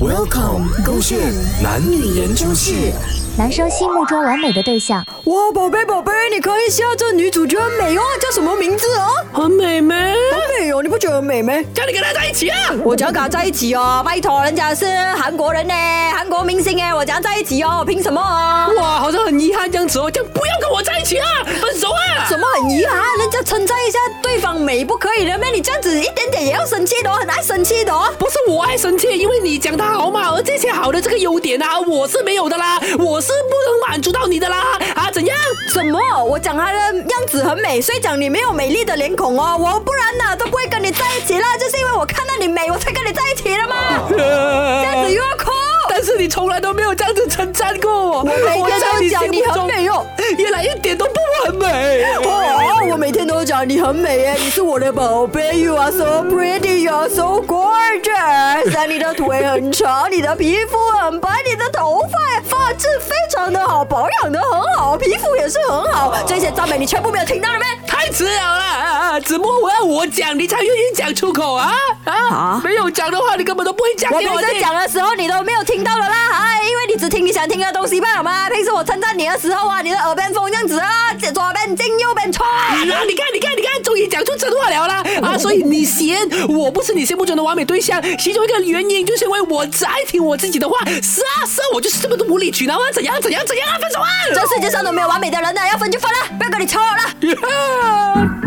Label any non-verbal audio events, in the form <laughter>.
Welcome，勾线男女研究室。男生心目中完美的对象，哇，宝贝宝贝，你看一下这女主角很美哦，叫什么名字啊？很美咩？很美哦，你不觉得很美吗？叫你跟他在一起啊！我怎样跟她在一起哦？拜托，人家是韩国人呢，韩国明星哎，我怎样在一起哦？凭什么啊？哇，好像很遗憾这样子哦，这样不要跟我在一起啊，分手啊！什么很遗憾？人家称赞一下对方美不可以的咩？你这样子一点点也要生气的哦，很爱生气的哦。不是我爱生气，因为你讲他好嘛，而这些好的这个优点啊，我是没有的啦，我是不能满足到你的啦啊！怎样？什么？我讲她的样子很美，所以讲你没有美丽的脸孔哦，我不然呢都不会跟你在一起啦，就是因为我看到你美，我才跟你在一起的嘛。这样子又要哭。但是你从来都没有这样子称赞过 <laughs> 我，我每天在都你讲心你目很中美哦，原来一点都不完美。哦，我每天都讲你很美耶，你是我的宝贝，You are so pretty, you are so gorgeous。但你的腿很长，你的皮肤很白，你的头发发质非常的好，保养的很好，皮肤也是很好。这些赞美你全部没有听到了没？太迟了啦！啊啊子墨，我要我讲，你才愿意讲出口啊啊！啊没有讲的话，你根本都不会讲我给平我时听。讲的时候你都没有听到了啦，哎，因为你只听你想听的东西罢了嘛。平时我称赞你的时候啊，你的耳边风这样子啊，左边进右边出。啊！你看，你看，你看，终于讲出真话了啦！啊，所以你嫌我不是你心目中的完美对象，其中一个原因就是因为我只爱听我自己的话。是啊，是啊，我就是这么的无理取闹啊！怎样，怎样，怎样啊？分手啊！这世界上都没有完美的人的，要分就分了，不要跟你吵了。 <laughs> 啊